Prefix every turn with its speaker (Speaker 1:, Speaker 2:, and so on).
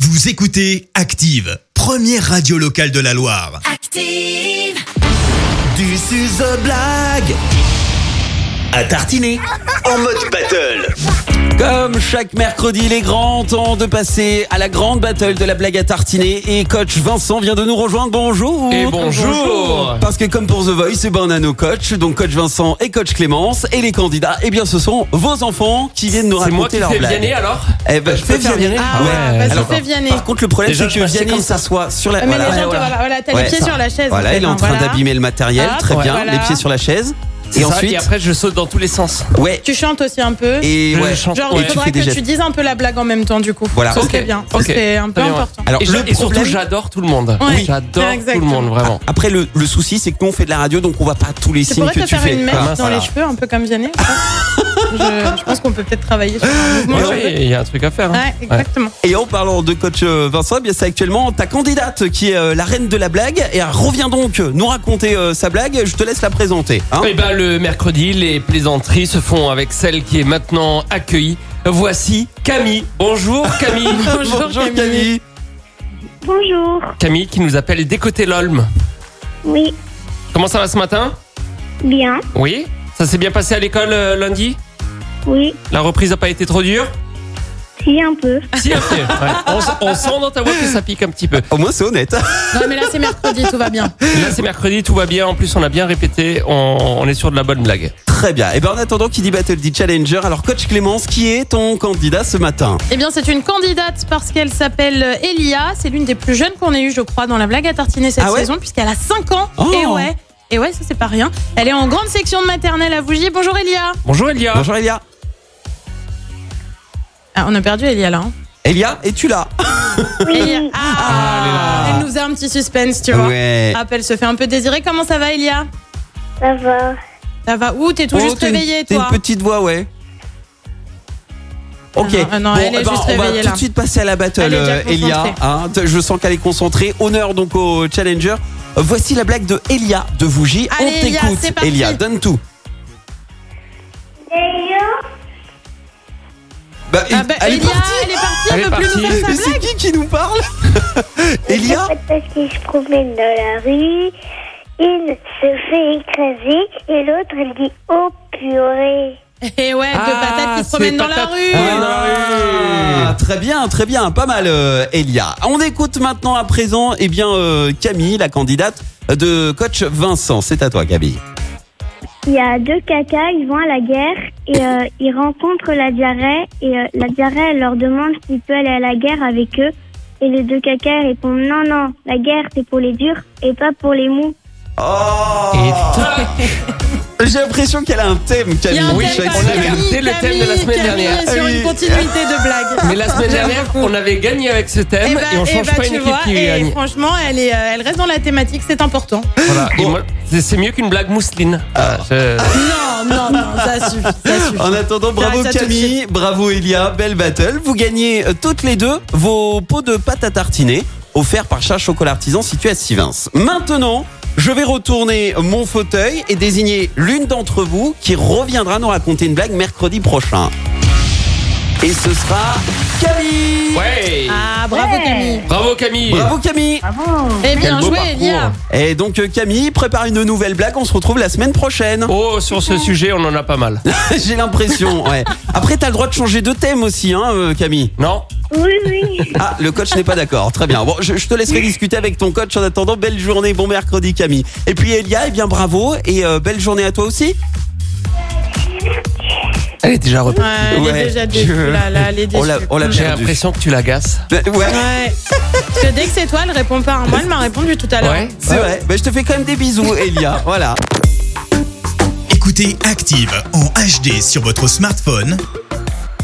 Speaker 1: Vous écoutez Active, première radio locale de la Loire.
Speaker 2: Active.
Speaker 3: Du suzo blague à tartiner en mode battle.
Speaker 4: Comme chaque mercredi, il est grand temps de passer à la grande battle de la blague à tartiner. Et coach Vincent vient de nous rejoindre. Bonjour.
Speaker 5: Et bonjour.
Speaker 4: Parce que comme pour The Voice, eh ben, on a nos coachs, donc coach Vincent et coach Clémence. Et les candidats, eh bien, ce sont vos enfants qui viennent nous
Speaker 5: C'est moi
Speaker 4: raconter
Speaker 5: qui
Speaker 4: leur
Speaker 5: fais
Speaker 4: blague.
Speaker 5: Vianney alors
Speaker 4: Eh ben,
Speaker 5: Je peux
Speaker 4: fais
Speaker 5: faire
Speaker 4: Vianney.
Speaker 5: Vianney
Speaker 4: Ah
Speaker 6: Ah,
Speaker 4: ouais.
Speaker 6: vas-y,
Speaker 4: Alors,
Speaker 6: fais Vianney. Ah,
Speaker 4: Par contre, le problème,
Speaker 5: Déjà,
Speaker 4: c'est
Speaker 5: je
Speaker 4: que
Speaker 5: vais rester
Speaker 4: Vianney
Speaker 5: comme ça.
Speaker 4: s'assoit sur la.
Speaker 6: Mais
Speaker 4: voilà.
Speaker 6: les gens, te-
Speaker 5: voilà.
Speaker 6: voilà, voilà, t'as
Speaker 4: Ouais,
Speaker 6: les pieds
Speaker 4: ça.
Speaker 6: sur la chaise.
Speaker 4: Voilà,
Speaker 6: en fait,
Speaker 4: il est en
Speaker 6: hein,
Speaker 4: train
Speaker 6: voilà.
Speaker 4: d'abîmer le matériel.
Speaker 6: Hop,
Speaker 4: Très bien,
Speaker 6: voilà.
Speaker 4: les pieds sur la chaise.
Speaker 5: C'est
Speaker 4: Et
Speaker 5: ça,
Speaker 4: ensuite,
Speaker 5: Et après, je saute dans tous les sens.
Speaker 4: ouais.
Speaker 6: Tu chantes aussi un peu.
Speaker 4: Et
Speaker 5: Je
Speaker 4: ouais.
Speaker 5: chante.
Speaker 6: Genre,
Speaker 4: Ouais,
Speaker 6: il
Speaker 4: tu
Speaker 6: faudra
Speaker 4: fais des
Speaker 6: que
Speaker 4: gestes.
Speaker 6: tu dises un peu la blague en même temps, du coup.
Speaker 4: Voilà.
Speaker 6: Ça,
Speaker 5: Ok,
Speaker 6: C'est bien.
Speaker 5: ok.
Speaker 6: Ça, C'est un peu
Speaker 5: Très bien.
Speaker 6: important.
Speaker 4: Alors,
Speaker 5: et, je-
Speaker 4: le
Speaker 5: et surtout,
Speaker 4: problème- ah,
Speaker 5: j'adore tout le monde.
Speaker 6: Ouais,
Speaker 5: Oui. J'adore tout le
Speaker 6: exactement.
Speaker 5: monde, vraiment.
Speaker 4: Après, le, le souci, c'est que nous, on fait de la radio, donc on voit pas tous les
Speaker 6: Tu
Speaker 4: signes
Speaker 6: pourrais
Speaker 4: que
Speaker 6: te
Speaker 4: tu
Speaker 6: faire
Speaker 4: fais.
Speaker 6: une mèche
Speaker 4: Ah,
Speaker 6: dans
Speaker 4: voilà.
Speaker 6: les cheveux, un peu comme Vianney. je pense. je, je pense qu'on peut peut-être travailler sur un mouvement
Speaker 5: Ouais,
Speaker 6: de cheveux.
Speaker 5: ouais, il y a un truc à faire. hein.
Speaker 6: Ouais, exactement.
Speaker 4: Et en parlant de coach euh, Vincent, eh bien c'est actuellement ta candidate qui est euh, la reine de la blague. Et elle revient donc nous raconter euh, sa blague. Je te laisse la présenter. hein.
Speaker 5: Et ben le mercredi, les plaisanteries se font avec celle qui est maintenant accueillie. Voici Camille. Bonjour Camille.
Speaker 4: Camille.
Speaker 7: Bonjour.
Speaker 5: Camille qui nous appelle Décoter l'Olme.
Speaker 7: Oui,
Speaker 5: Comment ça va ce matin
Speaker 7: bien.
Speaker 5: Oui. Ça s'est bien passé à l'école euh, lundi
Speaker 7: Oui,
Speaker 5: La reprise n'a pas été trop dure
Speaker 7: si un peu.
Speaker 5: Si, ok. Ouais. On, s- on sent dans ta voix que ça pique un petit peu.
Speaker 4: Au moins, Oh, c'est honnête.
Speaker 6: Non, mais là, c'est mercredi, tout va bien.
Speaker 5: Là, c'est mercredi, tout va bien. En plus, on a bien répété. On, on est sur de la bonne blague.
Speaker 4: Très bien. Et bien, en attendant, qui dit battle dit challenger. Alors, coach Clémence, qui est ton candidat ce matin
Speaker 6: Eh bien, c'est une candidate parce qu'elle s'appelle Elia. C'est l'une des plus jeunes qu'on ait eues, je crois, dans la blague à tartiner cette
Speaker 4: Ah ouais
Speaker 6: saison, puisqu'elle a 5 ans.
Speaker 4: Oh.
Speaker 6: Et ouais. Et ouais, ça, c'est pas rien. Elle est en grande section de maternelle à Vougy. Bonjour, Elia.
Speaker 5: Bonjour Elia.
Speaker 4: Bonjour, Elia.
Speaker 6: Ah, on a perdu Elia là. hein.
Speaker 4: Elia, es-tu là
Speaker 6: Elia. Ah,
Speaker 5: Ah,
Speaker 6: elle nous a un petit suspense, tu vois. Ah,
Speaker 4: Ouais.
Speaker 6: Hop, elle se fait un peu désirer. Comment ça va, Elia
Speaker 7: Ça va.
Speaker 6: Ça va Ouh, t'es tout
Speaker 4: Oh,
Speaker 6: juste
Speaker 4: t'as une-
Speaker 6: réveillée,
Speaker 4: t'as
Speaker 6: toi.
Speaker 4: une petite voix, ouais. Ok.
Speaker 6: non, ah non, elle est
Speaker 4: eh ben,
Speaker 6: juste
Speaker 4: on va
Speaker 6: réveillée,
Speaker 4: tout
Speaker 6: là.
Speaker 4: de suite passer à la battle,
Speaker 6: Elle est déjà
Speaker 4: euh, Elia.
Speaker 6: concentrée.
Speaker 4: hein. Te- je sens qu'elle est concentrée. Honneur donc au challenger. Euh, Voici la blague de Elia de Vougy. On
Speaker 6: Allez, Elia,
Speaker 4: t'écoute,
Speaker 6: c'est parti.
Speaker 4: Elia. Donne tout. Bah,
Speaker 6: Ah bah,
Speaker 4: elle est
Speaker 6: Elia,
Speaker 4: partie.
Speaker 6: elle est partie, elle,
Speaker 5: Elle est
Speaker 6: veut plus nous
Speaker 5: partie.
Speaker 6: faire
Speaker 4: Mais
Speaker 6: sa
Speaker 4: c'est
Speaker 6: blague.
Speaker 4: qui qui nous parle Elia
Speaker 7: Parce que je promène dans la rue, il se fait écraser et l'autre, elle dit Oh purée.
Speaker 6: Et ouais, deux
Speaker 5: Ah,
Speaker 6: patates qui se
Speaker 5: c'est
Speaker 6: promènent dans la
Speaker 5: patate.
Speaker 6: rue.
Speaker 5: Ah,
Speaker 4: Ah, Très bien, très bien, pas mal euh, Elia. On écoute maintenant à présent eh bien, euh, Camille, la candidate de coach Vincent. C'est à toi Camille.
Speaker 7: Il y a deux cacas, ils vont à la guerre et euh, ils rencontrent la diarrhée et euh, la diarrhée, elle leur demande s'ils peuvent aller à la guerre avec eux. Et les deux cacas répondent Non, non, la guerre, c'est pour les durs et pas pour les mous.
Speaker 4: Oh
Speaker 5: Et tac.
Speaker 4: J'ai l'impression qu'elle a un thème,
Speaker 6: Il y
Speaker 4: Camille.
Speaker 6: a un
Speaker 5: Oui,
Speaker 6: thème
Speaker 5: on
Speaker 6: quand même.
Speaker 5: avait
Speaker 6: Camille,
Speaker 5: raté le thème de la
Speaker 6: Camille,
Speaker 5: semaine
Speaker 6: Camille
Speaker 5: dernière.
Speaker 6: est sur
Speaker 4: Ah oui.
Speaker 6: une continuité de blagues.
Speaker 5: Mais la semaine dernière, on avait gagné avec ce
Speaker 6: Eh
Speaker 5: thème
Speaker 6: bah,
Speaker 5: et on
Speaker 6: eh
Speaker 5: change
Speaker 6: bah,
Speaker 5: pas une
Speaker 6: tu
Speaker 5: équipe
Speaker 6: vois,
Speaker 5: qui
Speaker 6: et
Speaker 5: gagne.
Speaker 6: Franchement, elle, est, euh, elle reste dans la thématique, c'est important.
Speaker 5: Voilà. Et
Speaker 4: Bon.
Speaker 5: moi, c'est- C'est mieux qu'une blague mousseline. Euh,
Speaker 6: Ah.
Speaker 5: je-
Speaker 6: Non, non, non, ça suffit. Ça suffit.
Speaker 4: En attendant, bravo
Speaker 6: J'arrête ça tout de
Speaker 4: Camille, bravo Elia, belle battle. Vous gagnez euh, toutes les deux vos pots de pâte à tartiner offerts par Chat Chocolat Artisan situé à Sivins. Maintenant, je vais retourner mon fauteuil et désigner l'une d'entre vous qui reviendra nous raconter une blague mercredi prochain. Et ce sera Camille
Speaker 5: Ouais.
Speaker 6: Ah, bravo Camille.
Speaker 5: Bravo Camille.
Speaker 4: Bravo Camille
Speaker 6: Eh bien
Speaker 5: Quel beau
Speaker 6: joué,
Speaker 5: parcours.
Speaker 6: Elia.
Speaker 4: Et donc euh, Camille, prépare une nouvelle blague, on se retrouve la semaine prochaine.
Speaker 5: Oh, sur ce sujet, on en a pas mal.
Speaker 4: J'ai l'impression, ouais. Après, t'as le droit de changer de thème aussi, hein, euh, Camille.
Speaker 5: Non
Speaker 7: Oui, oui.
Speaker 4: Ah, le coach n'est pas d'accord. Très bien. Bon, je, je te laisserai discuter avec ton coach en attendant. Belle journée, bon mercredi, Camille. Et puis Elia, eh bien bravo et euh, belle journée à toi aussi.
Speaker 5: Elle est déjà repartie.
Speaker 6: Ouais, elle
Speaker 4: Ouais,
Speaker 6: est déjà déçue.
Speaker 4: je-
Speaker 6: Là, là, elle est
Speaker 4: On l'a,
Speaker 6: déçue.
Speaker 4: on l'a
Speaker 5: J'ai
Speaker 4: perdu.
Speaker 5: l'impression que tu l'agaces.
Speaker 4: Ouais,
Speaker 6: Ouais. Parce que dès que c'est toi, elle répond pas. Moi, elle m'a répondu tout à l'heure.
Speaker 5: Ouais.
Speaker 4: c'est vrai. Mais je te fais quand même des bisous, Elia. Voilà.
Speaker 1: Écoutez Active en HD sur votre smartphone,